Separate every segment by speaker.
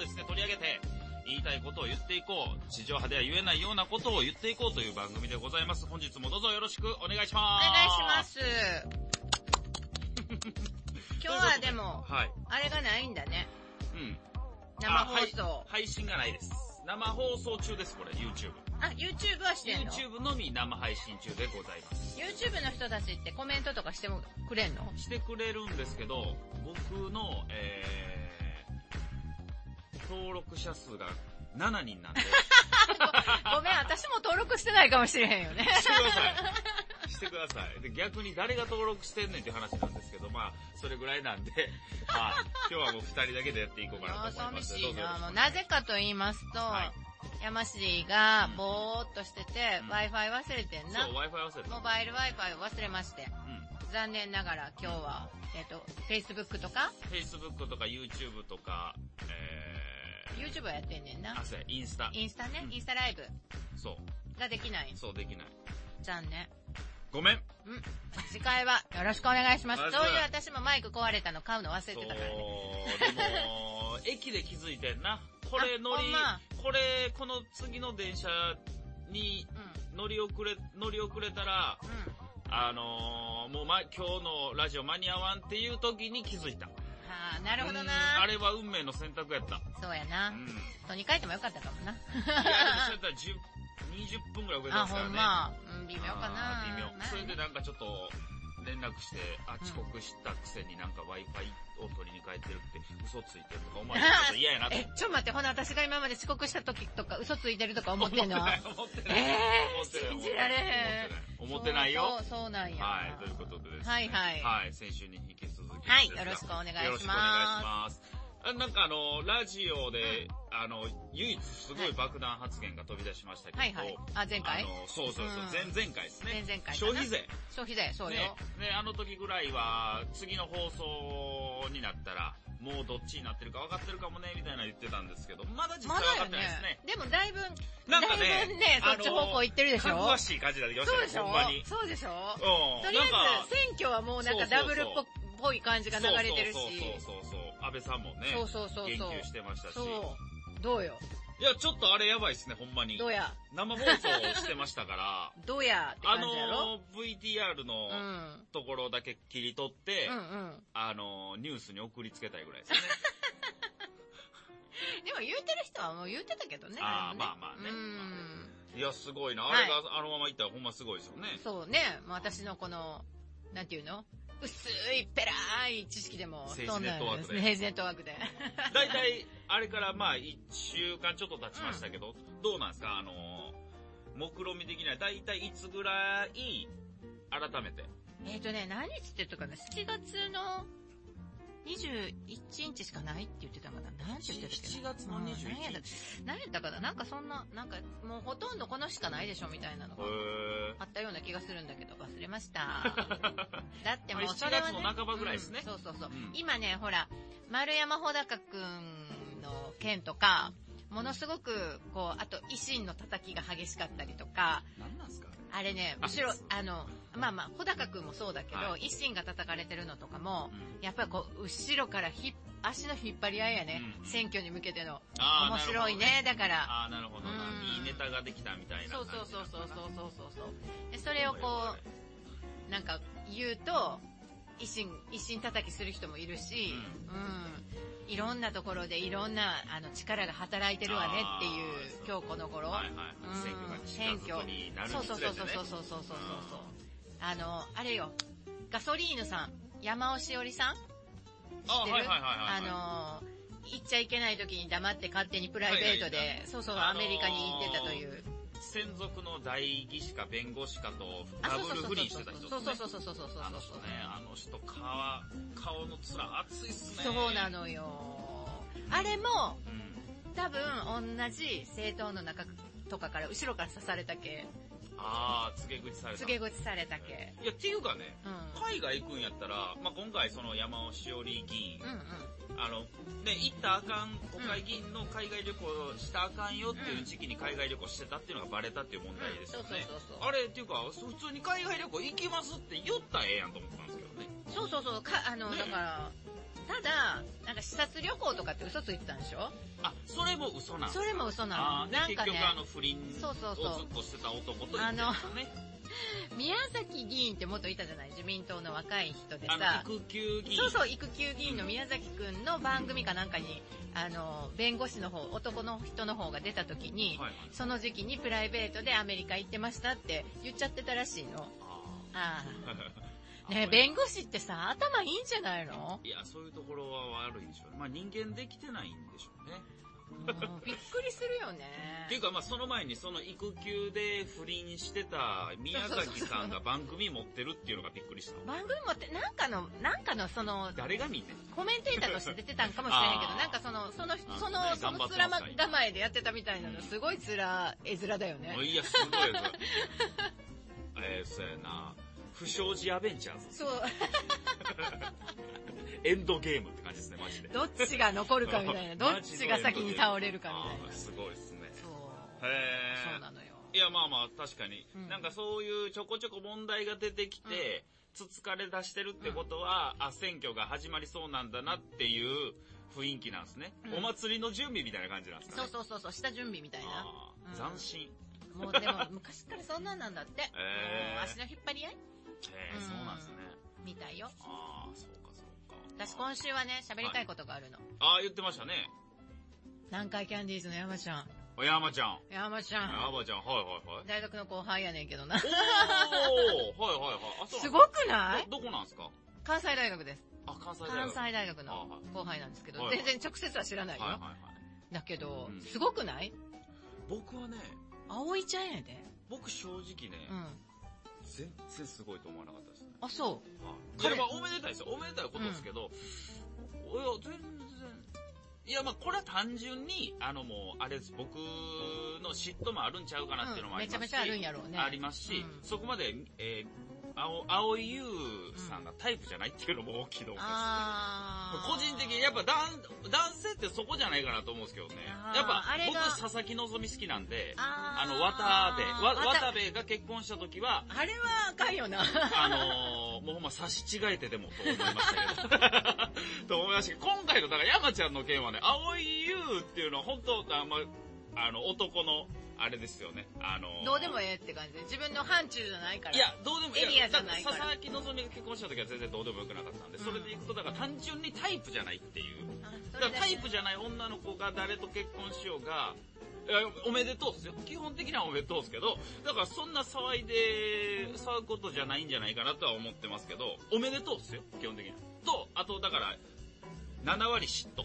Speaker 1: ですね、取り上げて、言いたいことを言っていこう。地上波では言えないようなことを言っていこうという番組でございます。本日もどうぞよろしくお願いし
Speaker 2: お
Speaker 1: ます。
Speaker 2: 願いしま。す。 今日はでも、
Speaker 1: はい。
Speaker 2: あれがないんだね。
Speaker 1: うん。
Speaker 2: 生
Speaker 1: あ
Speaker 2: 放送
Speaker 1: はい。配信がないです。生放送中です、これ、YouTube。
Speaker 2: あ、YouTube はしてんの
Speaker 1: YouTube のみ生配信中でございます。
Speaker 2: ?YouTube の人たちってコメントとかしてもくれんの
Speaker 1: してくれるんですけど、僕の、えー、登録者数が7人 なんで、
Speaker 2: ごめん、私も登録してないかもしれへんよね。
Speaker 1: してください。してください。で、逆に誰が登録してんねんっていう話なんですけど、まあ、それぐらいなんで、 まあ、今日はもう二人だけでやっていこうか
Speaker 2: も
Speaker 1: な
Speaker 2: う
Speaker 1: と思いま
Speaker 2: 寂
Speaker 1: す。
Speaker 2: しいな。
Speaker 1: ど
Speaker 2: も
Speaker 1: うぞよろし
Speaker 2: う
Speaker 1: くお願
Speaker 2: ない
Speaker 1: し
Speaker 2: ぜかと言いますと、
Speaker 1: は
Speaker 2: 山尻がぼーっとしてて、Wi-Fi 忘れてん
Speaker 1: ます
Speaker 2: な
Speaker 1: そ。う、Wi-Fi 忘れた。
Speaker 2: モバイル Wi-Fi を忘れまして。
Speaker 1: うん。
Speaker 2: 残念ながら今日は、えっ、と、Facebook とか
Speaker 1: Facebook とか YouTube とか、え
Speaker 2: YouTube はやってんねん
Speaker 1: ー、
Speaker 2: な
Speaker 1: あ、。そうやインスタ。
Speaker 2: インスタね
Speaker 1: う、ん
Speaker 2: インスタライブ
Speaker 1: そ、。
Speaker 2: ができないう
Speaker 1: そうできない。
Speaker 2: 残念。
Speaker 1: ごめん。
Speaker 2: うん。次回はよろしくお願いします。
Speaker 1: お
Speaker 2: そ
Speaker 1: 願
Speaker 2: う
Speaker 1: い
Speaker 2: い
Speaker 1: します
Speaker 2: う私もマイク壊れたの買うの忘れて
Speaker 1: そう、
Speaker 2: た
Speaker 1: で
Speaker 2: からね。
Speaker 1: も、駅で気づいてんな。これ乗り
Speaker 2: あほんま、
Speaker 1: これ、この次の電車に
Speaker 2: うん。
Speaker 1: 乗り遅れ、乗り遅れたら、
Speaker 2: うん。
Speaker 1: あのー、もうま、今日のラジオ間に合わんっていう時に気づいた。
Speaker 2: はあ、なるほど
Speaker 1: うん
Speaker 2: な
Speaker 1: あれは運命の選択やった。
Speaker 2: そうや
Speaker 1: う
Speaker 2: な。
Speaker 1: ん。いや、でも
Speaker 2: とに書いてもよかったかもな。
Speaker 1: そうやったら10 20分くらい遅れて
Speaker 2: あ、
Speaker 1: ますか
Speaker 2: ほ
Speaker 1: らね。
Speaker 2: んま。うん、微妙か
Speaker 1: あ
Speaker 2: な
Speaker 1: ー微妙
Speaker 2: まあね。
Speaker 1: それでなんかちょっと、連絡して、あ、遅刻したくせになんか Wi-Fi を取りに帰ってるって嘘ついてるとか思われたらちょっと嫌やなと
Speaker 2: え、ちょっと待って、ほな、私が今まで遅刻した時とか嘘ついてるとか思
Speaker 1: 思
Speaker 2: っ
Speaker 1: ってて
Speaker 2: んの
Speaker 1: ない。思ってない。
Speaker 2: えー
Speaker 1: 思ってない
Speaker 2: 信じられへ
Speaker 1: 思ってない思ってないよ。
Speaker 2: そうそう、そうなんや。
Speaker 1: はい、ということでですね。
Speaker 2: はいはい
Speaker 1: はい、先週に引き続きですが。
Speaker 2: はいよろしくお願いします
Speaker 1: よろくお願いしますあなんかあの、ラジオで、あの、唯一すごい爆弾発言が飛び出しましたけど、
Speaker 2: はいはい。あ、前回
Speaker 1: あの、そうそうそう、
Speaker 2: うん
Speaker 1: 前々回ですね。
Speaker 2: 前々回かな
Speaker 1: 消費税。
Speaker 2: 消費税、そうよ。
Speaker 1: ね、ね、あの時ぐらいは、次の放送になったら、もうどっちになってるか分かってるかもね、みたいな言ってたんですけど、まだ実
Speaker 2: ま
Speaker 1: 際分かっ
Speaker 2: だよ
Speaker 1: てないです
Speaker 2: ね
Speaker 1: ね。。
Speaker 2: でもだいぶ、
Speaker 1: なんか
Speaker 2: だいぶ
Speaker 1: ね、
Speaker 2: ね、そっち
Speaker 1: あの
Speaker 2: 方向行ってるでし
Speaker 1: かぐ
Speaker 2: ょ
Speaker 1: わしい感じになってきました
Speaker 2: そうで
Speaker 1: ね、
Speaker 2: しょ
Speaker 1: ほんまに。
Speaker 2: そうでしょ
Speaker 1: うん。
Speaker 2: とりあえ
Speaker 1: なんか
Speaker 2: ず、選挙はもうなんかダブルっぽ
Speaker 1: そうそう
Speaker 2: ぽい感じが流れてるし。
Speaker 1: そうそうそうそうそう。安倍さんもね、
Speaker 2: そうそうそう
Speaker 1: 言
Speaker 2: そう。
Speaker 1: 及してましたし。
Speaker 2: そう。どうよ。
Speaker 1: いや、ちょっとあれやばいですね、ほんまに
Speaker 2: ど。うや。
Speaker 1: 生放送してましたから、
Speaker 2: どうや って
Speaker 1: あ
Speaker 2: 感じやろ、
Speaker 1: のー、VTR の
Speaker 2: うん。
Speaker 1: ところだけ切り取って、
Speaker 2: うんうん。
Speaker 1: あのー、ニュースに送りつけたいぐらい ですね。
Speaker 2: でも言うてる人はもう言うてたけどね。
Speaker 1: あー
Speaker 2: れも
Speaker 1: まあまあね
Speaker 2: うん。
Speaker 1: いや、すごいな。あ
Speaker 2: はい
Speaker 1: れがあのままいったらほんますごいですよね。
Speaker 2: そうね。まあ私のこの、なんていうの薄い、ペラーい知識でも、
Speaker 1: 政治ネットワークで
Speaker 2: そうなんすね政治ネットワークで。
Speaker 1: だいたい、あれからまあ、1週間ちょっと経ちましたけど、どうなんですかあのー、目論見的には、だいたいいつぐらい、改めて。
Speaker 2: えっとね、何日って言ったかな ?7 月の21日しかないって言ってたかな何て言ってたっけ
Speaker 1: 7月の21
Speaker 2: うん何やったっ
Speaker 1: 日。
Speaker 2: け何やったかななんかそんな、なんかもうほとんどこのしかないでしょみたいなのが
Speaker 1: へー
Speaker 2: あったような気がするんだけど、忘れ ました。だってもう
Speaker 1: まあ
Speaker 2: それは、ね、
Speaker 1: 7月の半ばぐらいですね
Speaker 2: うんそうそうそう。
Speaker 1: うん
Speaker 2: 今ね、ほら、丸山穂高くんの件とか、ものすごく、こう、あと維新の叩きが激しかったりとか、
Speaker 1: 何なんすか
Speaker 2: あれね、
Speaker 1: あ
Speaker 2: むしろ
Speaker 1: そう、
Speaker 2: あの、まあまあ、穂高くんもそうだけど、
Speaker 1: は
Speaker 2: 維新が叩かれてるのとかも
Speaker 1: う、ん
Speaker 2: やっぱりこう、後ろからひっ足の引っ張り合いやね、
Speaker 1: うん
Speaker 2: 選挙に向けての。
Speaker 1: あー
Speaker 2: 面白いね、。だから。
Speaker 1: なるほどあー、なるほどな
Speaker 2: うん。
Speaker 1: いいネタができたみたいな
Speaker 2: そ
Speaker 1: 感
Speaker 2: う
Speaker 1: じ
Speaker 2: そうそうそうそう
Speaker 1: う。
Speaker 2: そうそうそうでそれをこうなんか言うと維新維新叩きする人もいるし、うんいろんなところでいろんなあの力が働いてるわねっていう
Speaker 1: あー
Speaker 2: 今日この頃、
Speaker 1: はいはい。
Speaker 2: うん
Speaker 1: 選挙が近づくになる
Speaker 2: そう
Speaker 1: に
Speaker 2: そう
Speaker 1: つ
Speaker 2: そ
Speaker 1: れ
Speaker 2: う
Speaker 1: て
Speaker 2: そう
Speaker 1: ね。
Speaker 2: そうそうそうそうそうあのあれよガソリーヌさん山尾しおりさん
Speaker 1: あー
Speaker 2: 知ってる
Speaker 1: はいはいはいはいはい。
Speaker 2: あの行っちゃいけない時に黙って勝手にプライベートで、
Speaker 1: 海外
Speaker 2: そうそう、
Speaker 1: あ
Speaker 2: ア
Speaker 1: のー
Speaker 2: メリカに行ってたという。
Speaker 1: 専属の代議士か弁護士かと
Speaker 2: あ、
Speaker 1: ダ
Speaker 2: そう
Speaker 1: ブ
Speaker 2: そう
Speaker 1: ル
Speaker 2: そう
Speaker 1: 不倫してた人です
Speaker 2: そ
Speaker 1: ね。
Speaker 2: うそうそうそうそうそうそうそう。
Speaker 1: あの人ね、あの人、顔は、顔の面熱いっすね。
Speaker 2: そうな。のよ。あれも、
Speaker 1: うん。
Speaker 2: 多分同じ政党の中とかから、後ろから刺されたけ、
Speaker 1: あー、告げ口された。
Speaker 2: 告げ口されたけ。
Speaker 1: いや、っていうかね、
Speaker 2: うん。
Speaker 1: 海外行くんやったら、まあ、今回その山尾しおり議員
Speaker 2: う、んうん。
Speaker 1: あの、ね、行ったらあかん、国会議員の海外旅行したらあかんよっていう時期に海外旅行してたっていうのがバレたっていう問題です
Speaker 2: そう
Speaker 1: よ
Speaker 2: そう
Speaker 1: ね。
Speaker 2: そうそう。
Speaker 1: あれっていうか、そう普通に海外旅行行きますって言ったらええやんと思ったんですけどね。
Speaker 2: そうそうそう。か、あの、
Speaker 1: ね
Speaker 2: だから、ただ、なんか視察旅行とかって嘘ついてたんでしょ
Speaker 1: あ、それも嘘なん
Speaker 2: それも嘘な
Speaker 1: あ
Speaker 2: の。
Speaker 1: ーで
Speaker 2: なんかね
Speaker 1: 結、局あの不倫
Speaker 2: そうそうそう
Speaker 1: をずっとしてた男と言ってた のね。
Speaker 2: 宮崎議員って元いたじゃない自民党の若い人で
Speaker 1: あ
Speaker 2: さ。
Speaker 1: の、育休議員。
Speaker 2: そうそう、育休議員の宮崎くんの番組かなんかに、あの、弁護士の方、男の人の方が出た時
Speaker 1: は
Speaker 2: に、
Speaker 1: いはい。
Speaker 2: その時期にプライベートでアメリカ行ってましたって言っちゃってたらしいの。
Speaker 1: あ
Speaker 2: ああ。
Speaker 1: ー
Speaker 2: ねえ弁護士ってさ、頭いいんじゃないの
Speaker 1: いや、そういうところは悪いでしょうね。まあ人間できてないんでしょうね。
Speaker 2: もうびっくりするよね。
Speaker 1: っていうかまあその前にその育休で不倫してた宮崎さんが番組持ってるっていうのがびっくりした。
Speaker 2: 番組もって、なんかの、なんかのその、
Speaker 1: 誰が 見んねん。
Speaker 2: コメンテーターとして出てたんかもしれへん け
Speaker 1: あ
Speaker 2: ど、
Speaker 1: ー
Speaker 2: なんかその、その、そ
Speaker 1: あ
Speaker 2: の、
Speaker 1: ー
Speaker 2: そ
Speaker 1: 頑張
Speaker 2: の
Speaker 1: って
Speaker 2: 面
Speaker 1: ますね
Speaker 2: 構えでやってたみたいなの、すごい面、絵面だよね。
Speaker 1: いや、すごいぞ。 えー、そうやな。不祥事アベンジャーズ。
Speaker 2: そう、
Speaker 1: エンドゲームって感じですね、 マジで。
Speaker 2: どっちが残るかみたいな、 どっちが先に倒れるかみたい
Speaker 1: あ
Speaker 2: な。
Speaker 1: ーすごいですね。
Speaker 2: そう。
Speaker 1: へー
Speaker 2: そうなのよ。
Speaker 1: いや、まあまあ、確かに、
Speaker 2: うん
Speaker 1: なんかそういうちょこちょこ問題が出てきて、つつかれ出してるってことは、あ、選挙が始まりそうなんだなっていう雰囲気なんですね。
Speaker 2: うん
Speaker 1: お祭りの準備みたいな感じなんですか
Speaker 2: そう
Speaker 1: ね。
Speaker 2: そうそうそう、下準備みたいな。
Speaker 1: あ
Speaker 2: うん
Speaker 1: ー斬新。
Speaker 2: もうでも、昔からそんなんなんだって。
Speaker 1: えー
Speaker 2: もう足の引っ張り合い
Speaker 1: えー
Speaker 2: うん
Speaker 1: そうなんですね。
Speaker 2: みたいよ。
Speaker 1: ああ、そうかそうか。
Speaker 2: 私今週はね、喋りたいことがあるの。
Speaker 1: ああ、言ってましたね。
Speaker 2: 南海キャンディーズの山ちゃん。
Speaker 1: お山ちゃん。
Speaker 2: 山ちゃん。
Speaker 1: 山ちゃん、はいはい はい。
Speaker 2: 大学の後輩やねんけどな。
Speaker 1: おー、はいはいはい。あ、そう
Speaker 2: す
Speaker 1: なん
Speaker 2: ごくない
Speaker 1: どどこなんですか
Speaker 2: 関西大学です。
Speaker 1: あ、関西大
Speaker 2: 関
Speaker 1: 学。
Speaker 2: 西大学の後輩なんですけど、
Speaker 1: はい
Speaker 2: 全然直接は知らないよ
Speaker 1: はいはい。はい。
Speaker 2: だけど
Speaker 1: うん、
Speaker 2: すごくない
Speaker 1: 僕はね、
Speaker 2: 葵ちゃんやで。
Speaker 1: 僕正直ね、
Speaker 2: うん。
Speaker 1: 全然すごいと思わなかったですね。
Speaker 2: あ、そ
Speaker 1: はい。い
Speaker 2: 彼
Speaker 1: や、まあ、おめでたいですよ。おめでたいことですけど、いや、全然、いや、まあ、これは単純に、あの、もう、あれです。僕の嫉妬もあるんちゃうか
Speaker 2: う。
Speaker 1: なっていうの
Speaker 2: うん
Speaker 1: もあ
Speaker 2: め
Speaker 1: り
Speaker 2: ちゃ
Speaker 1: ま
Speaker 2: め
Speaker 1: すし、
Speaker 2: ちゃあるんやろうね。
Speaker 1: ありますし、
Speaker 2: うん
Speaker 1: そこまで、えー、青、青井優さんがタイプじゃないっていうのも大きいと思いますね。
Speaker 2: あー
Speaker 1: 個人的に、やっぱ男、男性ってそこじゃないかなと思うんですけどね
Speaker 2: あ。ー
Speaker 1: やっぱ
Speaker 2: あれ、
Speaker 1: 僕
Speaker 2: が、
Speaker 1: 佐々木希好きなんで、あ
Speaker 2: あー
Speaker 1: の、渡部、わ
Speaker 2: わた
Speaker 1: 渡部が結婚した時は、
Speaker 2: あれはあかんよな。
Speaker 1: あのー、もうほんま差し違えてでもと思いましたけど。 と思いましたけど、今回のだから山ちゃんの件はね、青井優っていうのは本当、あんま、あの、男の、あれですよね。あのー
Speaker 2: どうでもええって感じで。自分の範疇じゃないから。
Speaker 1: いや、どうでも
Speaker 2: エリアじゃないから
Speaker 1: だって佐々木希が結婚した時は全然どうでもよくなかったんで、それでいくと、だから単純にタイプじゃないっていう。
Speaker 2: あ、
Speaker 1: だからタイプじ
Speaker 2: ゃ
Speaker 1: ゃない女の子が誰と結婚しようが、いやおめでとうですよ。基本的にはおめでとうですけど、だからそんな騒いで、騒ぐことじゃないんじゃないかなとは思ってますけど、おめでとうですよ、基本的には。と、あと、だから、7割嫉妬。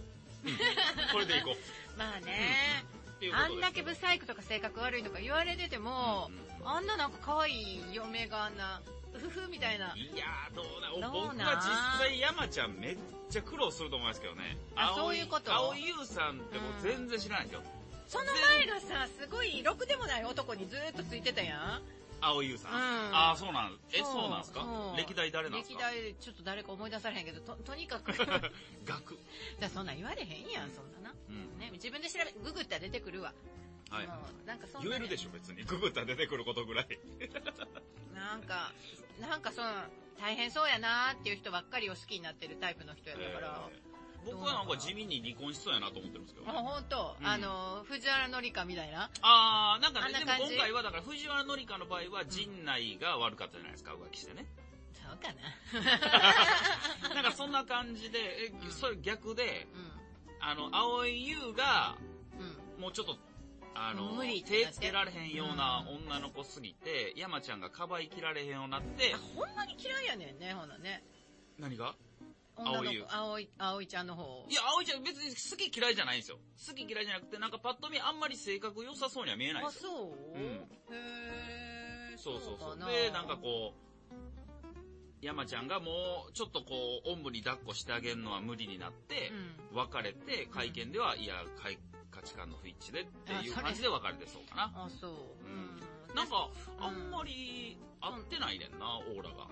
Speaker 1: これでいこう。
Speaker 2: まあね、
Speaker 1: っていうこ
Speaker 2: あ
Speaker 1: とです
Speaker 2: んだけブサイクとか性格悪いとか言われてても、あんななんか可愛い嫁があんな、うふふみたいな。
Speaker 1: いやー、どうな、
Speaker 2: どうな
Speaker 1: 僕は実際山ちゃんめっちゃ苦労すると思いますけどね。
Speaker 2: あ
Speaker 1: 青
Speaker 2: そういうこと
Speaker 1: 青井優さんってもう全然知らないんですよ。
Speaker 2: その前がさ、すごい、ろくでもない男にずーっとついてたやん。
Speaker 1: 青井優さん。
Speaker 2: うん
Speaker 1: ああ、そうなんえ、
Speaker 2: そう
Speaker 1: そうなんですか
Speaker 2: そう
Speaker 1: 歴代誰なんです
Speaker 2: 歴
Speaker 1: か
Speaker 2: 代、ちょっと誰か思い出されへんけど、と、とにかく。 じゃ
Speaker 1: 額。
Speaker 2: あそんなん言われへんやん、そんなな。
Speaker 1: うん。
Speaker 2: ね、自分で調べ、ググったら出てくるわ。
Speaker 1: はい。
Speaker 2: うんなんかそんなね
Speaker 1: 言えるでしょ、別に。ググったら出てくることぐらい。
Speaker 2: なんか、なんかその、大変そうやなーっていう人ばっかりを好きになってるタイプの人やだから。
Speaker 1: えー僕はなんか地味に離婚しそうやなと思ってるんですけどね。
Speaker 2: もうほんと、
Speaker 1: うん
Speaker 2: あの、藤原紀香みたいな。
Speaker 1: あー、なんか
Speaker 2: あん
Speaker 1: ね、
Speaker 2: な
Speaker 1: でも
Speaker 2: 感じ
Speaker 1: 今回はだから藤原紀香の場合は陣内が悪かったじゃないですか、浮気してね。
Speaker 2: そうかな。
Speaker 1: なんかそんな感じで、え、それ逆で、
Speaker 2: う
Speaker 1: あの、蒼井優が、
Speaker 2: ん。うん。
Speaker 1: もうちょっと、あの、
Speaker 2: 無理って
Speaker 1: 手
Speaker 2: なって
Speaker 1: つけられへんような女の子すぎて、山ちゃんがかばい切られへんようになって
Speaker 2: あ、、ほんまに嫌いやねんね、ほなね。
Speaker 1: 何が
Speaker 2: 女の
Speaker 1: 葵
Speaker 2: 子、葵、葵ちゃんの方を
Speaker 1: い。や、葵ちゃん別に好き嫌いじゃないんですよ。好き嫌いじゃなくて、なんかパッと見あんまり性格良さそうには見えないん
Speaker 2: あ、
Speaker 1: ですよ。
Speaker 2: そう、
Speaker 1: うん
Speaker 2: へー。
Speaker 1: そうそうそう。
Speaker 2: か
Speaker 1: で、なんかこう、山ちゃんがもうちょっとこう、おんぶに抱っこしてあげるのは無理になって
Speaker 2: う、ん。
Speaker 1: 別れて、会見では、いや、かい価値観の不一致でっていう感じで別れてそうかな。
Speaker 2: あ、そう。うん。
Speaker 1: なんか、
Speaker 2: うん
Speaker 1: あんまり合ってないねんな、オーラが。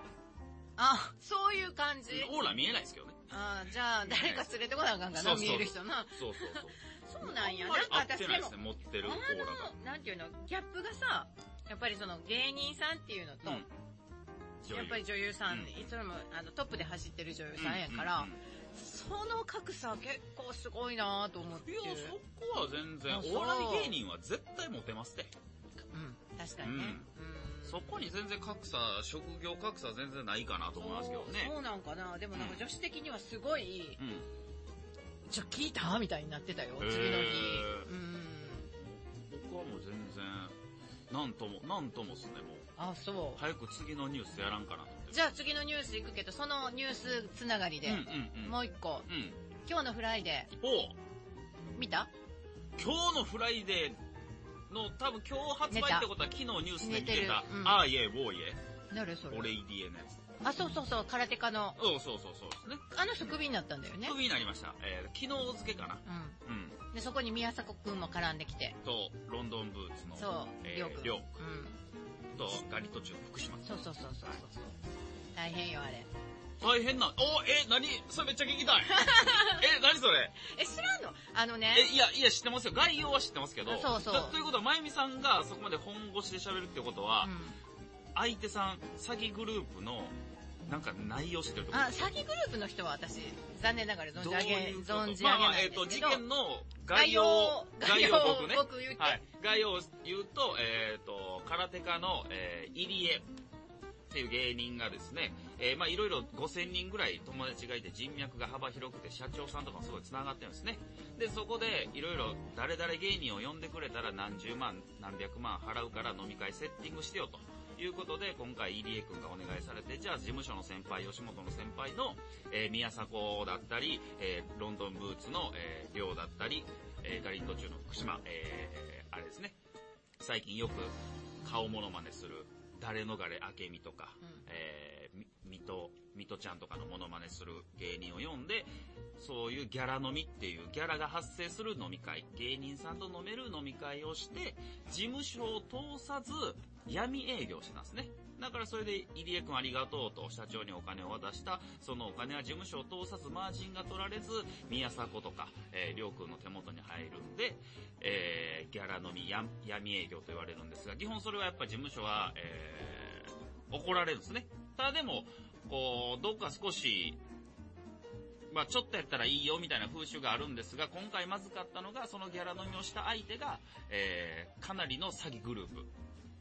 Speaker 2: あ、そういう感じ。
Speaker 1: オーラ見えないですけどね。
Speaker 2: あーじゃあ、誰か連れてこなあかんか
Speaker 1: そうそ
Speaker 2: な、
Speaker 1: う
Speaker 2: 見える人な。
Speaker 1: そうそうそう。
Speaker 2: そうなんや。
Speaker 1: あん
Speaker 2: な
Speaker 1: まり
Speaker 2: んか
Speaker 1: 合っ
Speaker 2: 私
Speaker 1: て
Speaker 2: で
Speaker 1: ないで
Speaker 2: も
Speaker 1: すね、、持ってるオ
Speaker 2: あ
Speaker 1: ーラが。
Speaker 2: の、なんていうの、ギャップがさ、やっぱりその芸人さんっていうのと、
Speaker 1: うん
Speaker 2: やっぱり女優さん、
Speaker 1: うん
Speaker 2: いつもあのトップで走ってる女優さんやか
Speaker 1: う
Speaker 2: ら、
Speaker 1: んうんうん
Speaker 2: そその格差結構すごいなと思って。
Speaker 1: いや、そこは全然
Speaker 2: あ、そう
Speaker 1: お笑い芸人は絶対モテますって。
Speaker 2: うん、確かにね。うん
Speaker 1: そこに全然格差、職業格差全然ないかなと思いますけど
Speaker 2: そう
Speaker 1: ね。
Speaker 2: そうなんかな。でもなんか女子的にはすごい、
Speaker 1: うん。
Speaker 2: じゃ聞いたみたいになってたよ、次の日。
Speaker 1: へー
Speaker 2: うん。
Speaker 1: 僕はもう全然、なんとも、なんともっすね、もう。
Speaker 2: あ、そう。
Speaker 1: 早く次のニュースやらんかなと思って。
Speaker 2: じゃあ次のニュース行くけど、そのニュースつながりで、
Speaker 1: うんうんうん。
Speaker 2: もう一個。
Speaker 1: うん。
Speaker 2: 今日のフライデ
Speaker 1: おう
Speaker 2: ー、見た
Speaker 1: 今日のフライデーの、多分今日発売ってことは昨日ニュースで見てた
Speaker 2: 寝てるう、ん
Speaker 1: ああいえ、おういえ、
Speaker 2: 誰それ
Speaker 1: オレイディエのやつ。
Speaker 2: あ、そうそうそう、空手家の。
Speaker 1: そうそうそうそうですね。
Speaker 2: あの人クビになったんだよね。
Speaker 1: 首になりました。えー、昨日付けかな。
Speaker 2: う
Speaker 1: うん。
Speaker 2: ん。で、そこに宮迫くんも絡んできて。
Speaker 1: と、ロンドンブーツの、
Speaker 2: そう、
Speaker 1: え
Speaker 2: りょう
Speaker 1: ー、
Speaker 2: くん。
Speaker 1: りょう
Speaker 2: うん。
Speaker 1: と、ガリットチュウ福島。
Speaker 2: そうそうそうそうそう。大変よ、あれ。
Speaker 1: 大変な、おえ、何それめっちゃ聞 きたい。え、何それ
Speaker 2: え、知らんのあのね、
Speaker 1: え、いや、いや、知ってますよ。概要は知ってますけど。
Speaker 2: そうそう
Speaker 1: だということは、まゆみさんがそこまで本腰で喋るってことは、
Speaker 2: うん
Speaker 1: 相手さん、詐欺グループの、なんか内容知ってるってこと
Speaker 2: あ、詐欺グループの人は私、残念ながら
Speaker 1: ど
Speaker 2: 存じ
Speaker 1: う
Speaker 2: 上げ、
Speaker 1: いうこと
Speaker 2: 存じ上
Speaker 1: ま
Speaker 2: げ
Speaker 1: あま
Speaker 2: な
Speaker 1: あ、え
Speaker 2: い
Speaker 1: っ、
Speaker 2: ん
Speaker 1: と、
Speaker 2: です
Speaker 1: 事
Speaker 2: けど。
Speaker 1: 件の概要を、
Speaker 2: 概要
Speaker 1: を僕ね。
Speaker 2: 僕言って。
Speaker 1: はい。概要を言うと、えっ、と、空手家の、えー、入江っていう芸人がですね、えーまあいろいろ5000人ぐらい友達がいて人脈が幅広くて社長さんとかもすごい繋がってるんですね。で、そこでいろいろ誰々芸人を呼んでくれたら何十万、何百万払うから飲み会セッティングしてよと。いうことで、今回、入江くんがお願いされて、じゃあ、事務所の先輩、吉本の先輩の、えー宮迫だったり、えーロンドンブーツの、えー、亮だったり、えーガリット中の福島、えーあれですね、最近よく顔モノマネする、誰のがれ明美とか、
Speaker 2: うん
Speaker 1: えー、み、みと、みとちゃんとかのモノマネする芸人を読んで、そういうギャラ飲みっていう、ギャラが発生する飲み会、芸人さんと飲める飲み会をして、事務所を通さず、闇営業してたんですね。だからそれで、入江くんありがとうと、社長にお金を渡した、そのお金は事務所を通さず、マージンが取られず、宮迫とか、えー、りょうくんの手元に入るんで、えー、ギャラ飲み、や闇営業と言われるんですが、基本それはやっぱ事務所は、えー、怒られるんですね。ただでも、こう、どうか少し、まあちょっとやったらいいよみたいな風習があるんですが、今回まずかったのが、そのギャラ飲みをした相手が、えー、かなりの詐欺グループ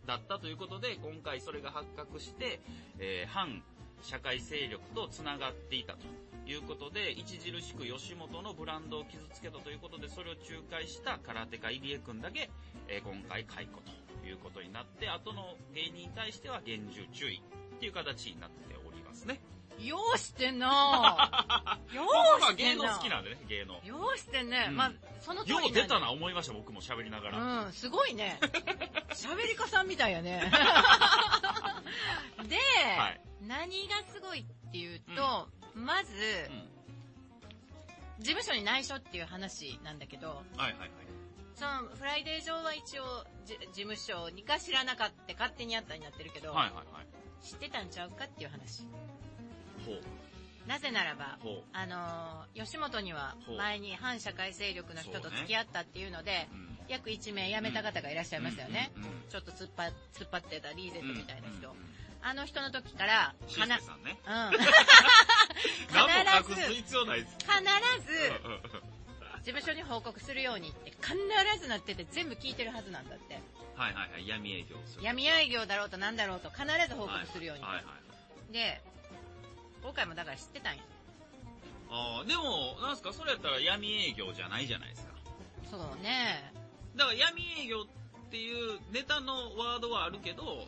Speaker 1: だったということで、今回それが発覚して、えー、反社会勢力と繋がっていたということで、著しく吉本のブランドを傷つけたということで、それを仲介した空手家入江君だけ、えー今回解雇ということになって、後の芸人に対しては厳重注意っていう形になっておりますね。
Speaker 2: ようしてんな よ
Speaker 1: 僕
Speaker 2: う
Speaker 1: は
Speaker 2: して
Speaker 1: 芸
Speaker 2: ん
Speaker 1: 能
Speaker 2: な
Speaker 1: 好きなんでね、芸能。
Speaker 2: ようしてんね。
Speaker 1: うん
Speaker 2: まあ、その通り
Speaker 1: よ
Speaker 2: ん
Speaker 1: う
Speaker 2: だ
Speaker 1: 出たな思いました、僕も喋りながら。
Speaker 2: うん、すごいね。喋り家さんみたい やね。で、
Speaker 1: はい。
Speaker 2: 何がすごいっていうと、まず、
Speaker 1: うん。
Speaker 2: 事務所に内緒っていう話なんだけど、
Speaker 1: はいはいはい。
Speaker 2: その、フライデー上は一応、じ事務所にか知らなかった、勝手にあったになってるけど、
Speaker 1: はいはいはい。
Speaker 2: 知ってたんちゃうかっていう話。
Speaker 1: ほう、
Speaker 2: なぜならば、
Speaker 1: ほ
Speaker 2: あのー吉本には
Speaker 1: ほう
Speaker 2: 前に反社会勢力の人と付き合ったっていうので、
Speaker 1: う。うん。
Speaker 2: 約1名辞めた方がいらっしゃいましたよね。
Speaker 1: うん。
Speaker 2: ちょっと突っ張突っ張ってたリーゼントみたいな人。
Speaker 1: うんうんうん
Speaker 2: あの人の時から、
Speaker 1: シ
Speaker 2: か
Speaker 1: ー
Speaker 2: な、
Speaker 1: スケさんね。
Speaker 2: うん。必
Speaker 1: 何も隠す必要ないです。
Speaker 2: ず、
Speaker 1: うんうんうん
Speaker 2: 事務所に報告するようにって、必ずなってて全部聞いてるはずなんだって。
Speaker 1: はいはいはい、闇営業する。
Speaker 2: 闇営業だろうと何だろうと必ず報告するように。
Speaker 1: はいはいはい。
Speaker 2: で、今回もだから知ってたんや。
Speaker 1: ああ、でも、なんすか、それやったら闇営業じゃないじゃないですか。
Speaker 2: そうね。
Speaker 1: だから闇営業っていうネタのワードはあるけど、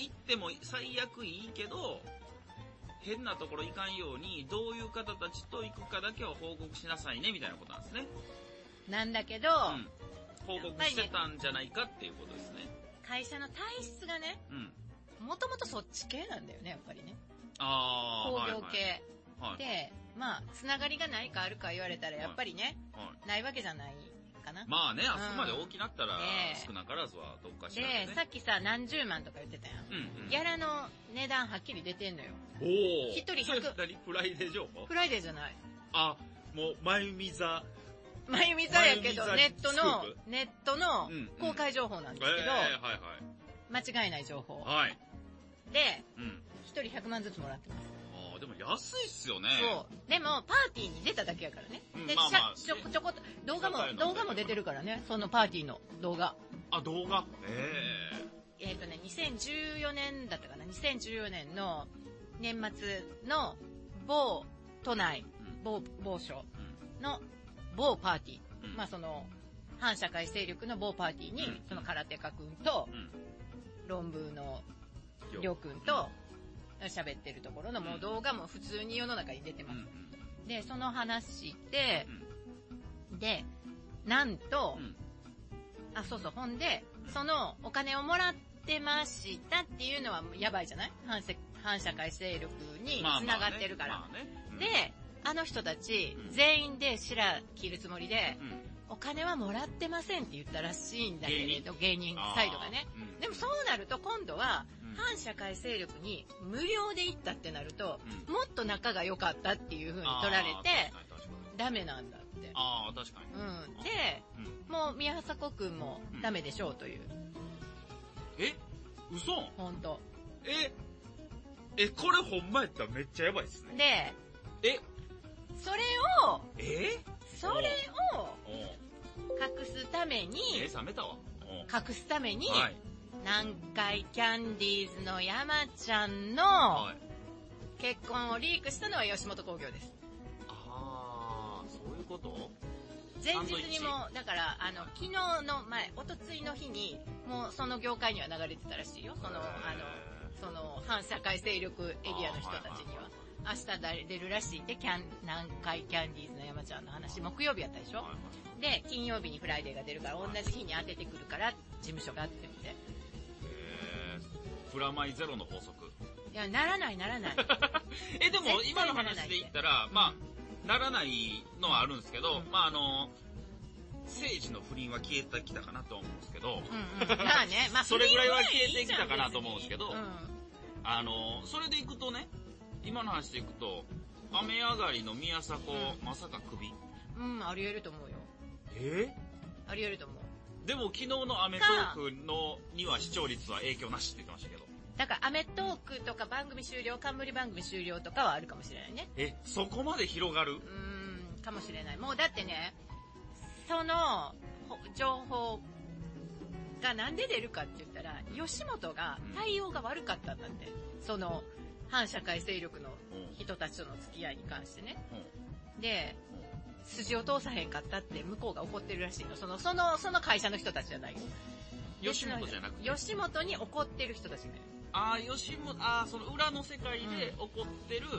Speaker 1: 行っても最悪いいけど、変なところ行かんように、どういう方たちと行くかだけは報告しなさいね、みたいなことなんですね。
Speaker 2: なんだけど、
Speaker 1: うん。報告してたんじゃないかっていうことですね。
Speaker 2: 会社の体質がね、
Speaker 1: うん。
Speaker 2: もともとそっち系なんだよね、やっぱりね。
Speaker 1: ああ、
Speaker 2: 工業
Speaker 1: はいは
Speaker 2: 系。
Speaker 1: い。はい。
Speaker 2: で、まあ、つながりがないかあるか言われたら、やっぱりね、
Speaker 1: はい
Speaker 2: ないわけじゃないかな。
Speaker 1: まあね、あそこまで大きなったら
Speaker 2: ね、え
Speaker 1: 少なからずはどっかし
Speaker 2: で
Speaker 1: らで、ね。
Speaker 2: さっきさ、何十万とか言ってたやん。
Speaker 1: うんうん
Speaker 2: ギャラの値段はっきり出てんのよ。
Speaker 1: おー
Speaker 2: 一人100
Speaker 1: それ何フライデー情報
Speaker 2: フライデーじゃない。
Speaker 1: あ、もう、まゆみ座。
Speaker 2: まゆみさんやけど、
Speaker 1: まゆみ
Speaker 2: ネッ
Speaker 1: さ
Speaker 2: ト
Speaker 1: ん
Speaker 2: の
Speaker 1: スクー、
Speaker 2: ネットの
Speaker 1: うんうん
Speaker 2: 公開情報なん
Speaker 1: え
Speaker 2: で
Speaker 1: え
Speaker 2: すけど、
Speaker 1: はい
Speaker 2: 間違いない情報。
Speaker 1: はい。はい。
Speaker 2: で、
Speaker 1: うん。
Speaker 2: 一人100万ずつもらってます。
Speaker 1: あでも安いっすよね。
Speaker 2: そう。でも、パーティーに出ただけやからね。
Speaker 1: うん
Speaker 2: で、
Speaker 1: まあまあ
Speaker 2: しゃちょこちょこっと、動画も
Speaker 1: 社会、の
Speaker 2: 動画も出てるからね。そのパーティーの動画。
Speaker 1: あ、動画え
Speaker 2: えっ、とね、2014年だったかな。2014年の年末の某都
Speaker 1: え、
Speaker 2: 内某、某所
Speaker 1: うん
Speaker 2: の某パーティー。
Speaker 1: うん
Speaker 2: まあその、反社会勢力の某パーティーに、
Speaker 1: うん
Speaker 2: その空手家くんと
Speaker 1: う、ん
Speaker 2: 論文の
Speaker 1: よ
Speaker 2: りょうくんと、喋ってるところのもう動画も普通に世の中に出て
Speaker 1: う
Speaker 2: ま
Speaker 1: ん
Speaker 2: す。で、その話で、で、なんと、
Speaker 1: うん
Speaker 2: あ、そうそう、ほんで
Speaker 1: うん、
Speaker 2: そのお金をもらってましたっていうのはもうやばいじゃない反社反社会勢力に
Speaker 1: まあま
Speaker 2: 繋
Speaker 1: あね
Speaker 2: がってるから。
Speaker 1: まあねうん
Speaker 2: で、あの人たち
Speaker 1: う、ん
Speaker 2: 全員で白切るつもりで、
Speaker 1: うん
Speaker 2: お金はもらってませんって言ったらしいんだけれど、芸人サイドがね。。
Speaker 1: あーうん
Speaker 2: でもそうなると今度は、
Speaker 1: うん
Speaker 2: 反社会勢力に無料で行ったってなると、
Speaker 1: うん
Speaker 2: もっと仲が良かったっていう風に取られて、
Speaker 1: あー確かに確かに
Speaker 2: ダメなんだって。
Speaker 1: あー確かに。
Speaker 2: うん。で、もう宮迫くんもダメでしょうという、
Speaker 1: え嘘
Speaker 2: 本当
Speaker 1: ええ、これほんまやったらめっちゃやばいっすね。
Speaker 2: で、
Speaker 1: え
Speaker 2: それを、
Speaker 1: え
Speaker 2: それを
Speaker 1: おう
Speaker 2: 隠すために、
Speaker 1: え冷めたわ。おう
Speaker 2: 隠すために、
Speaker 1: はい。
Speaker 2: 南海キャンディーズの山ちゃんの、
Speaker 1: はい。
Speaker 2: 結婚をリークしたのは吉本興業です。
Speaker 1: あー、そういうこと
Speaker 2: 前日にも、だから、あの、昨日の前、おとついの日に、もうその業界には流れてたらしいよ。その、あの、その、反社会勢力エリアの人たちには。明日誰出るらしいって、キャン、南海キャンディーズの山ちゃんの話、木曜日やったでし
Speaker 1: は
Speaker 2: ょ
Speaker 1: いはい
Speaker 2: で、金曜日にフライデーが出るから、同じ日に当ててくるから、事務所がって言って。
Speaker 1: えープラマイゼロの法則。
Speaker 2: いや、ならない ならない。
Speaker 1: え、でも
Speaker 2: 絶対
Speaker 1: 今の話で言ったら、まあ、ならないのはあるんですけど、
Speaker 2: うん
Speaker 1: まああの、政治の不倫は消えてきたかなと思うんですけど、
Speaker 2: うんうん。まあね、まあ、
Speaker 1: それぐらいは
Speaker 2: 不倫
Speaker 1: 消えてきたかなと思うんですけど
Speaker 2: いいじゃん
Speaker 1: あの、それでいくとね、今の話でいくと、雨上がりの宮迫、
Speaker 2: う
Speaker 1: まさか首
Speaker 2: 別にうん。うん、あり得ると思うよ。
Speaker 1: え
Speaker 2: あり得ると思う。
Speaker 1: でも昨日のアメトークのには視聴率は影響なしって言ってましたけど。
Speaker 2: だから、アメトークとか番組終了、冠番組終了とかはあるかもしれないね。
Speaker 1: え、そこまで広がる
Speaker 2: うーん、かもしれない。もうだってね、その、ほ情報がなんで出るかって言ったら、吉本が対応が悪かったんだって。その、反社会勢力の
Speaker 1: うんうん
Speaker 2: 人たちとの付き合いに関してね。で、筋を通さへんかったって向こうが怒ってるらしいの。その、その、その会社の人たちじゃないよ。
Speaker 1: 吉本じゃなくて
Speaker 2: 吉本に怒ってる人たちね。
Speaker 1: ああ、吉本、ああ、その裏の世界で起こってる、
Speaker 2: う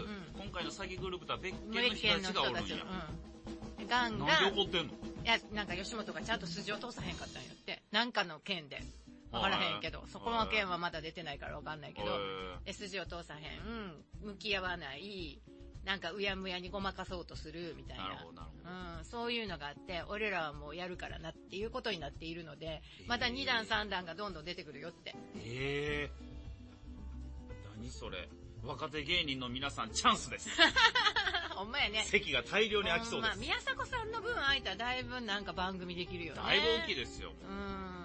Speaker 1: 今回の詐欺グループとは別件
Speaker 2: 無
Speaker 1: の
Speaker 2: 理
Speaker 1: 人
Speaker 2: 県
Speaker 1: た
Speaker 2: の
Speaker 1: ち
Speaker 2: 人
Speaker 1: がおるん
Speaker 2: たち
Speaker 1: や
Speaker 2: の。。うん。ガンガン。
Speaker 1: なんで怒ってんの
Speaker 2: いや、なんか吉本がちゃんと筋を通さへんかったんやって。なんかの件で。わからへんけど、そこの件はまだ出てないからわかんないけど、
Speaker 1: へ
Speaker 2: で筋を通さへん、向き合わない、なんかうやむやにごまかそうとするみた
Speaker 1: ー
Speaker 2: い
Speaker 1: なる
Speaker 2: な。
Speaker 1: ほど、なるほど。
Speaker 2: うん、そういうのがあって、俺らはもうやるからなっていうことになっているので、また2段3段がどんどん出てくるよって。
Speaker 1: ええー。何それ。若手芸人の皆さんチャンスです。
Speaker 2: ほんまやね。
Speaker 1: 席が大量に空きそうで
Speaker 2: ほん
Speaker 1: す。
Speaker 2: ま宮迫さんの分空いたらだいぶなんか番組できるよね。
Speaker 1: だいぶ大きい
Speaker 2: で
Speaker 1: ですよ。
Speaker 2: うん。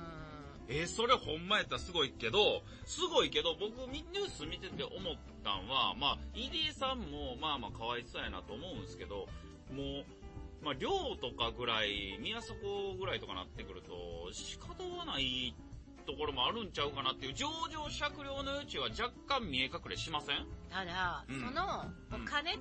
Speaker 1: えー、それほんまやったらすごいけど、すごいけど、僕ニュース見てて思ったんは、まあ、入江さんもまあまあかわいそうやなと思うんですけど、もう、まあ、寮とかぐらい、宮迫ぐらいとかなってくると、仕方がないところもあるんちゃうかなっていう、上場酌量の余地は若干見え隠れしません
Speaker 2: ただ、
Speaker 1: うん
Speaker 2: その
Speaker 1: うん
Speaker 2: お金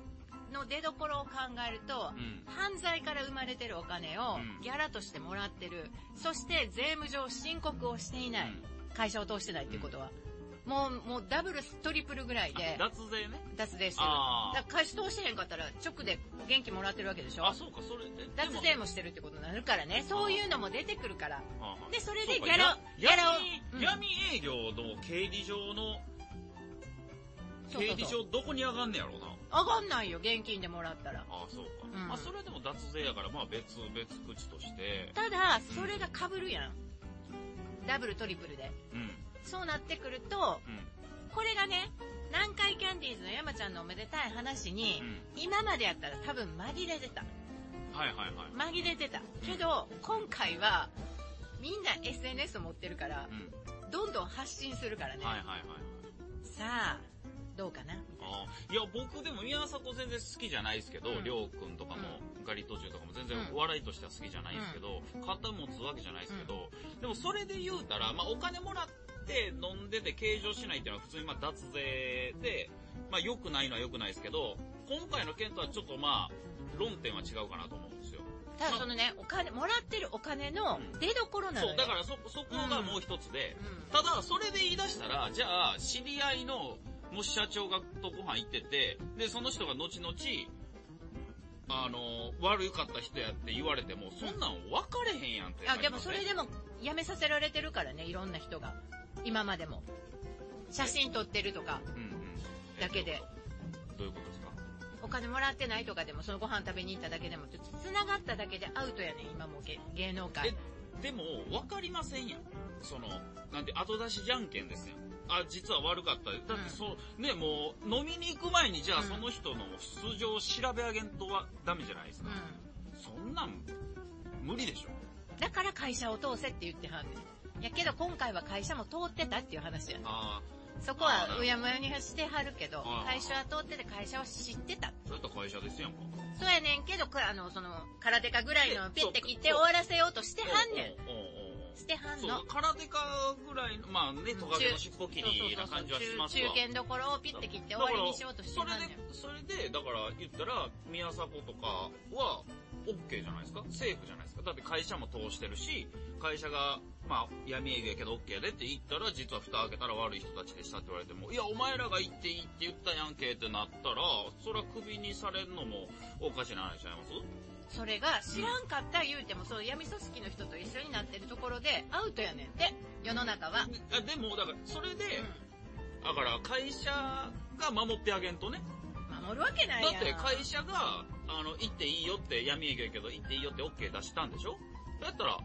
Speaker 2: の出所を考えると、
Speaker 1: うん。
Speaker 2: 犯罪から生まれてるお金を
Speaker 1: うん
Speaker 2: ギャラとしてもらってる。そして税務上申告をしていない。会社を通してないっていうことは。もう、もうダブル、トリプルぐらい
Speaker 1: あ
Speaker 2: で
Speaker 1: 脱税ね。
Speaker 2: 脱税してる。
Speaker 1: あ
Speaker 2: だから会社通してへんかったら直で現金もらってるわけでし
Speaker 1: あ。あ、
Speaker 2: ょ
Speaker 1: そうか、それで。
Speaker 2: 脱
Speaker 1: で
Speaker 2: 税もしてるってことになるからね。そういうのも出てくるから。
Speaker 1: もはあはあ
Speaker 2: で、それ
Speaker 1: そ
Speaker 2: で
Speaker 1: う
Speaker 2: ギ
Speaker 1: か
Speaker 2: ャラを、ギャラを、うん
Speaker 1: 闇闇営業の経理上の、
Speaker 2: そうそ
Speaker 1: 経
Speaker 2: う
Speaker 1: 理
Speaker 2: そう
Speaker 1: 上どこに上がんねやろうな。
Speaker 2: 上がんないよ、現金でもらったら。
Speaker 1: ああ、そうか。
Speaker 2: うん
Speaker 1: まあ、それでも脱税やから、まあ別、別口として。
Speaker 2: ただ、それが被るやん。ダブル、トリプルで。
Speaker 1: うん、うん、
Speaker 2: そうなってくると、これがね、南海キャンディーズの山ちゃんのおめでたい話に、
Speaker 1: う
Speaker 2: 今までやったら多分紛れてた。
Speaker 1: ん。はいはいはい。
Speaker 2: 紛れてた。けど、今回は、みんな SNS を持ってるから
Speaker 1: う、ん。
Speaker 2: どんどん発信するからね。
Speaker 1: はいはいはい。
Speaker 2: さあ、どうかな。
Speaker 1: ああ、いや、僕でも宮迫全然好きじゃないですけど、
Speaker 2: うん
Speaker 1: りょうくんとかも、ガリットチュウとかも全然
Speaker 2: うん
Speaker 1: お笑いとしては好きじゃないですけど、肩持つわけじゃないですけど、でもそれで言うたら、まあお金もらって飲んでて計上しないっていうのは普通にまあ脱税で、まあ良くないのは良くないですけど、今回の件とはちょっとまあ、論点は違うかなと思うんですよ。
Speaker 2: ただそのね、お金、もらってるお金の出どころなの
Speaker 1: そ
Speaker 2: よ。
Speaker 1: う、だからそ、そこがもう一つで、ただ、それで言い出したら、じゃあ、知り合いの、もし社長がとご飯行ってて、で、その人が後々、あの、悪かった人やって言われても、そんなん分かれへんやんって
Speaker 2: うん。
Speaker 1: な
Speaker 2: あ、
Speaker 1: りますね。
Speaker 2: でもそれでもやめさせられてるからね、いろんな人が。今までも。写真撮ってるとか、
Speaker 1: うんうん。
Speaker 2: だけで
Speaker 1: え。どういうことですか
Speaker 2: お金もらってないとかでも、そのご飯食べに行っただけでも、ちょっと繋がっただけでアウトやね、今もう芸芸能界。
Speaker 1: でも、分かりませんやん。その、なんて、後出しじゃんけんですよ。あ、実は悪かった。だってそう、ね、もう、飲みに行く前に、じゃあ
Speaker 2: うん
Speaker 1: その人の素性を調べ上げんとはダメじゃないです
Speaker 2: う
Speaker 1: か。
Speaker 2: ん。
Speaker 1: そんなん、無理でしょ。
Speaker 2: だから会社を通せって言ってはんねん。やけど今回は会社も通ってたっていう話やね
Speaker 1: あ
Speaker 2: そこはうやむやにしてはるけど
Speaker 1: あ、ー
Speaker 2: 会社は通ってて会社は知ってた。
Speaker 1: あ、そういった会社ですやんか。
Speaker 2: そうやねんけど、これあの、その、空手家ぐらいの
Speaker 1: で
Speaker 2: ピッて切って
Speaker 1: そ
Speaker 2: 終
Speaker 1: う
Speaker 2: わらせようとしてはんね
Speaker 1: おうおうおうお
Speaker 2: ん。しては
Speaker 1: うんそ
Speaker 2: の
Speaker 1: う、。空手家ぐらいの、まあね、トカゲの尻尾切りな感じはしますわ。
Speaker 2: 中堅どころをピッて切って終わりにしようとして
Speaker 1: そ
Speaker 2: はん
Speaker 1: れ
Speaker 2: ねん
Speaker 1: で。、それで、だから言ったら、宮迫とかは、OK じゃないですかセーフじゃないですかだって会社も通してるし、会社が、まあ、闇営業やけど OK でって言ったら、実は蓋開けたら悪い人たちでしたって言われても、いや、お前らが言っていいって言ったやんけってなったら、そらクビにされるのもおかしな話ちゃいます
Speaker 2: それが知らんかった言うても、そう闇組織の人と一緒になってるところでアウトやねんって、世の中は。
Speaker 1: であでも、だから、それで、
Speaker 2: う
Speaker 1: だから会社が守ってあげんとね。
Speaker 2: ん。守るわけない
Speaker 1: だ
Speaker 2: やん。
Speaker 1: って会社が、あの、行っていいよって、闇営業やけど行っていいよって OK 出したんでしょだったら、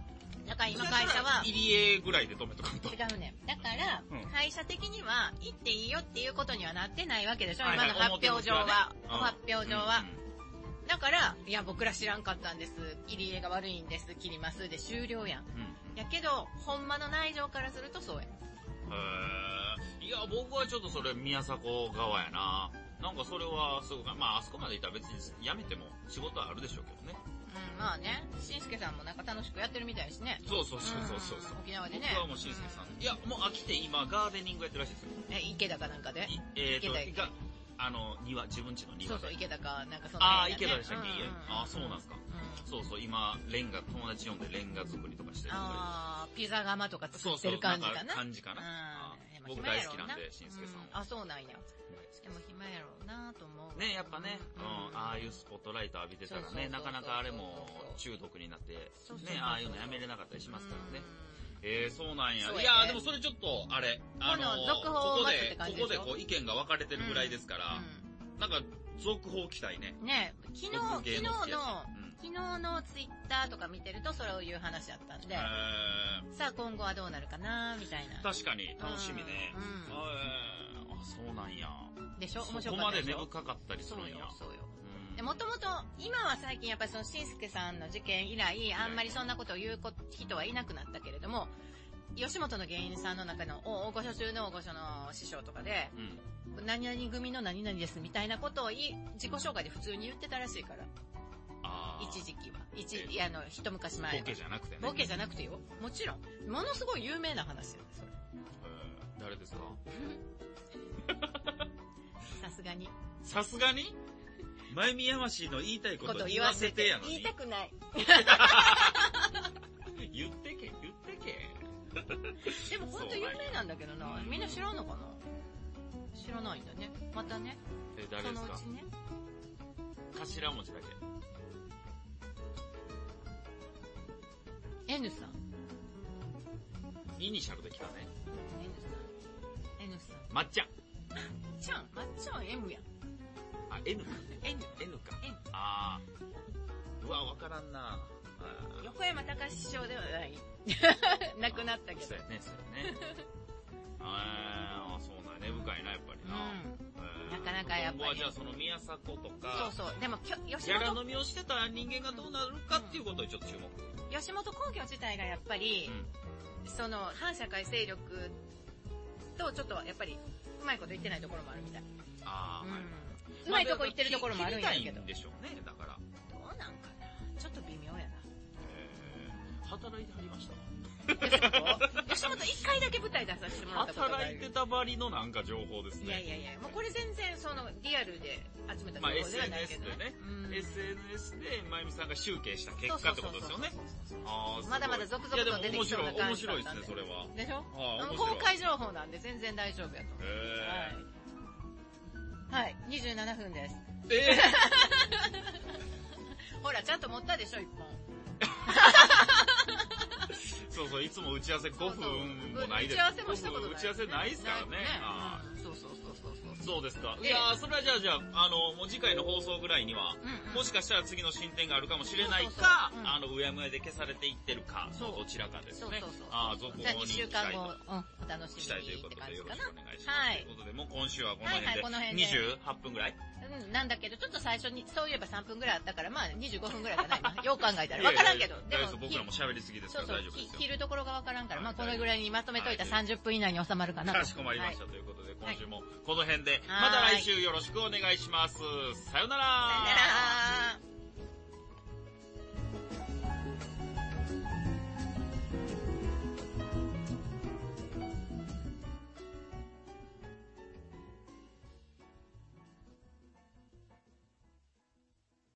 Speaker 2: だから今会社は、
Speaker 1: 入り江ぐらいで止めとかんと。
Speaker 2: 違うね。だから
Speaker 1: うん、
Speaker 2: 会社的には、行っていいよっていうことにはなってないわけでしょ、
Speaker 1: はいはい
Speaker 2: 今の発表上は。
Speaker 1: 表向きはねうん
Speaker 2: 発表上
Speaker 1: う
Speaker 2: は
Speaker 1: ん。
Speaker 2: だから、いや、僕ら知らんかったんです。入り江が悪いんです。切ります。で、終了やん。
Speaker 1: うんうん
Speaker 2: やけど、ほんまの内情からするとそうや。
Speaker 1: へーいや、僕はちょっとそれ、宮迫側やな。なんかそれは、すごい、まあ、あそこまでいたら別に辞めても仕事はあるでしょうけどね。
Speaker 2: うん、まあね。しんすけさんもなんか楽しくやってるみたいですね。
Speaker 1: そうそうそうそうそうそう。
Speaker 2: ん沖縄でね。
Speaker 1: 僕はもう、しんすけさん。いや、もう飽きて今、ガーデニングやってるらしいですよ。
Speaker 2: うん。え、池田かなんかで
Speaker 1: いえっ、
Speaker 2: 池田
Speaker 1: ー、
Speaker 2: 池
Speaker 1: と
Speaker 2: 田
Speaker 1: が、あの、庭、自分家の
Speaker 2: そ
Speaker 1: 庭
Speaker 2: うそう、
Speaker 1: で。
Speaker 2: 池田か、なんかその
Speaker 1: ああ、
Speaker 2: 辺やね
Speaker 1: 池田でしたっけ、いやああ、そうなん
Speaker 2: うん
Speaker 1: ですか。
Speaker 2: うん
Speaker 1: そうそう、今、レンガ、友達呼んでレンガ作りとかしてるとか
Speaker 2: あーピザ窯とか
Speaker 1: そう
Speaker 2: 作
Speaker 1: そう、
Speaker 2: ってる感じ
Speaker 1: な
Speaker 2: か
Speaker 1: ん
Speaker 2: な。
Speaker 1: か感じかな。あー
Speaker 2: うん
Speaker 1: 僕
Speaker 2: まあ
Speaker 1: 大
Speaker 2: 暇
Speaker 1: 好き
Speaker 2: やろう
Speaker 1: なんで、しんすけさん
Speaker 2: うんあ、そうなんや。でも暇やろうなと思う。
Speaker 1: ね、やっぱね、うん、ああいうスポットライト浴びてたら
Speaker 2: そうそうそう
Speaker 1: ね、
Speaker 2: そう
Speaker 1: なかなかあれも中毒になって、ね
Speaker 2: そうそうそう、
Speaker 1: ああいうのやめれなかったりしますからね。
Speaker 2: う
Speaker 1: えー、そうなんや。
Speaker 2: そうやね
Speaker 1: いやーでもそれちょっと、あれ、あのー、
Speaker 2: 続報
Speaker 1: こ
Speaker 2: を
Speaker 1: こ
Speaker 2: 待つって
Speaker 1: で、
Speaker 2: 感じ
Speaker 1: ここ
Speaker 2: で
Speaker 1: で
Speaker 2: しょ
Speaker 1: こう意見が分かれてるぐらいですから、なんか、続報期待ね。
Speaker 2: ん。ね昨日、
Speaker 1: 僕
Speaker 2: 昨日
Speaker 1: 芸
Speaker 2: の
Speaker 1: 能好、きやし
Speaker 2: 昨日のツイッターとか見てるとそれを言う話だったん
Speaker 1: うん。
Speaker 2: で
Speaker 1: え、
Speaker 2: さあ今後はどうなるかなみたい
Speaker 1: ー、
Speaker 2: な。
Speaker 1: 確かに、楽しみね。
Speaker 2: うん
Speaker 1: えー、あ、そうなんや。
Speaker 2: でしょ面
Speaker 1: そ
Speaker 2: 白
Speaker 1: こ
Speaker 2: か
Speaker 1: ま
Speaker 2: った
Speaker 1: で
Speaker 2: でし
Speaker 1: 根
Speaker 2: ょ
Speaker 1: 深かったりす
Speaker 2: そう
Speaker 1: るん
Speaker 2: よ
Speaker 1: や。、
Speaker 2: そうよ。
Speaker 1: うん
Speaker 2: で、もともと、今は最近やっぱりその、しんすけさんの事件以来、あんまりそんなことを言うこ人はいなくなったけれども、吉本の芸人さんの中の、お大御所中の大御所の師匠とかで、
Speaker 1: うん。
Speaker 2: 何々組の何々ですみたいなことを言い、自己紹介で普通に言ってたらしいから、
Speaker 1: あー
Speaker 2: 一時期は。一、
Speaker 1: え
Speaker 2: いやあの、一昔前は
Speaker 1: ボケじゃなくてね。
Speaker 2: ボケじゃなくてよ。もちろん。ものすごい有名な話よ、それ。
Speaker 1: えー誰ですか
Speaker 2: さすがに。
Speaker 1: さすがに前見山氏の言いたい こ
Speaker 2: ことと
Speaker 1: 言
Speaker 2: 言
Speaker 1: わ
Speaker 2: わ
Speaker 1: せ
Speaker 2: せ
Speaker 1: て
Speaker 2: て
Speaker 1: やの。に。
Speaker 2: 言いたくない。
Speaker 1: 言ってけ、言ってけ。
Speaker 2: でも本当有名なんだけどな
Speaker 1: そう。
Speaker 2: みんな知らんのかな知らないんだね。またね。
Speaker 1: え、
Speaker 2: そ
Speaker 1: 誰で
Speaker 2: の
Speaker 1: す
Speaker 2: う
Speaker 1: か
Speaker 2: ちね。
Speaker 1: 頭文字だけ。
Speaker 2: N さん。
Speaker 1: イニシャルできたね。
Speaker 2: N さん。N さ
Speaker 1: まっちゃん。
Speaker 2: ん。ちゃん。まっちゃん M やん。
Speaker 1: あ、N か。
Speaker 2: N。
Speaker 1: N か
Speaker 2: N。
Speaker 1: あー。うわ、わからんなあー
Speaker 2: 横山隆史師匠では ない。亡くなったけ
Speaker 1: そ
Speaker 2: ど
Speaker 1: う。やね、そうやね。 あー、そうなんや。根深いな、やっぱりな。
Speaker 2: うん。
Speaker 1: えー
Speaker 2: なかなかやっぱり
Speaker 1: 今後はじゃあその宮迫と
Speaker 2: そう
Speaker 1: か、
Speaker 2: そう。でも、きょ吉
Speaker 1: ギャラ
Speaker 2: 本、
Speaker 1: 飲みをしてた人間がどうなるかっていうことにちょっと注目。
Speaker 2: 吉本興業自体がやっぱり、その、反社会勢力とちょっとやっぱり、うまいこと言ってないところもあるみたい。
Speaker 1: あ
Speaker 2: う
Speaker 1: ー、はい。
Speaker 2: ん。うまいとこ行ってるところもあるんや
Speaker 1: 切
Speaker 2: け
Speaker 1: りた
Speaker 2: ど。
Speaker 1: いん
Speaker 2: ど
Speaker 1: でしょうね、だから。
Speaker 2: うなんかなちょっと微妙やな。
Speaker 1: えー働いてはりました
Speaker 2: 吉本一回だけ舞台出させてもらったことがあ
Speaker 1: 働い
Speaker 2: る。
Speaker 1: てたばりのなんか情報ですね。
Speaker 2: いやいやいや、もうこれ全然そのリアルで集めた情
Speaker 1: まあ
Speaker 2: 報ではないけ
Speaker 1: SNS
Speaker 2: ど
Speaker 1: でね、
Speaker 2: うん
Speaker 1: SNS でまゆみさんが集計した結果ってことですよね
Speaker 2: そう。そうそうそうそう
Speaker 1: あーすごい
Speaker 2: まだまだ続々と出てきそうな
Speaker 1: や
Speaker 2: い
Speaker 1: でも面
Speaker 2: 感じだ
Speaker 1: 白い、面白
Speaker 2: っ
Speaker 1: いで
Speaker 2: た
Speaker 1: す
Speaker 2: ん
Speaker 1: ね
Speaker 2: で、。
Speaker 1: それは。
Speaker 2: でしょ
Speaker 1: あー面白い
Speaker 2: 公開情報なんで全然大丈夫やと思う。
Speaker 1: へ
Speaker 2: はい。はい、27分です。
Speaker 1: ーえー
Speaker 2: ほら、ちゃんと持ったでしょ、一本。
Speaker 1: そうそう、いつも打ち合わせ5分もないで
Speaker 2: 打
Speaker 1: す。
Speaker 2: ち合わせもしたことな
Speaker 1: 5
Speaker 2: い。
Speaker 1: 分打ち合わせないですからね。あ
Speaker 2: ないねうんそうそうそうそうそう。
Speaker 1: ーそうですか。
Speaker 2: え
Speaker 1: い
Speaker 2: え
Speaker 1: やーそれはじゃあじゃあ、あの、もう次回の放送ぐらいには、
Speaker 2: うんうん
Speaker 1: もしかしたら次の進展があるかもしれない
Speaker 2: そうそう
Speaker 1: か
Speaker 2: そうう、ん
Speaker 1: あの、うやむやで消されていってるか、
Speaker 2: そう
Speaker 1: のどちらかです
Speaker 2: そうそ
Speaker 1: ね
Speaker 2: うそうそう。。
Speaker 1: ああ、続
Speaker 2: じゃあ
Speaker 1: 報
Speaker 2: 2
Speaker 1: に
Speaker 2: 週
Speaker 1: 期
Speaker 2: 間
Speaker 1: 待
Speaker 2: 後
Speaker 1: と。、
Speaker 2: うん、お楽
Speaker 1: 期
Speaker 2: し
Speaker 1: 待とい
Speaker 2: み
Speaker 1: う
Speaker 2: にっ
Speaker 1: こ
Speaker 2: て
Speaker 1: と
Speaker 2: 感
Speaker 1: で
Speaker 2: じ
Speaker 1: よ
Speaker 2: か
Speaker 1: ろし
Speaker 2: な
Speaker 1: くお。願いし
Speaker 2: は
Speaker 1: ます。
Speaker 2: い
Speaker 1: ということで、もう今週はこの
Speaker 2: はいはい、こ
Speaker 1: 辺
Speaker 2: の辺
Speaker 1: で
Speaker 2: で。。
Speaker 1: 28分ぐらい
Speaker 2: うん、なんだけど、ちょっと最初に、そういえば3分ぐらいあったから、まあ25分ぐらいかな、今。 よう考えたら。わからんけど。
Speaker 1: い
Speaker 2: で
Speaker 1: やいやいや大丈夫
Speaker 2: も
Speaker 1: です、僕らも喋りすぎです
Speaker 2: そ
Speaker 1: か
Speaker 2: う
Speaker 1: ら
Speaker 2: そ
Speaker 1: 大
Speaker 2: う
Speaker 1: 丈夫で、す
Speaker 2: 切
Speaker 1: よ。
Speaker 2: るところがわからんから、ま
Speaker 1: は
Speaker 2: あ
Speaker 1: い
Speaker 2: このぐらいにまとめといたら
Speaker 1: はい
Speaker 2: 30分以内に収まるかなと。
Speaker 1: かしこまりました。
Speaker 2: はい
Speaker 1: ということで、
Speaker 2: はい
Speaker 1: 今週もこの辺で、
Speaker 2: い
Speaker 1: また来週よろしくお願いします。さようなら
Speaker 2: さよなら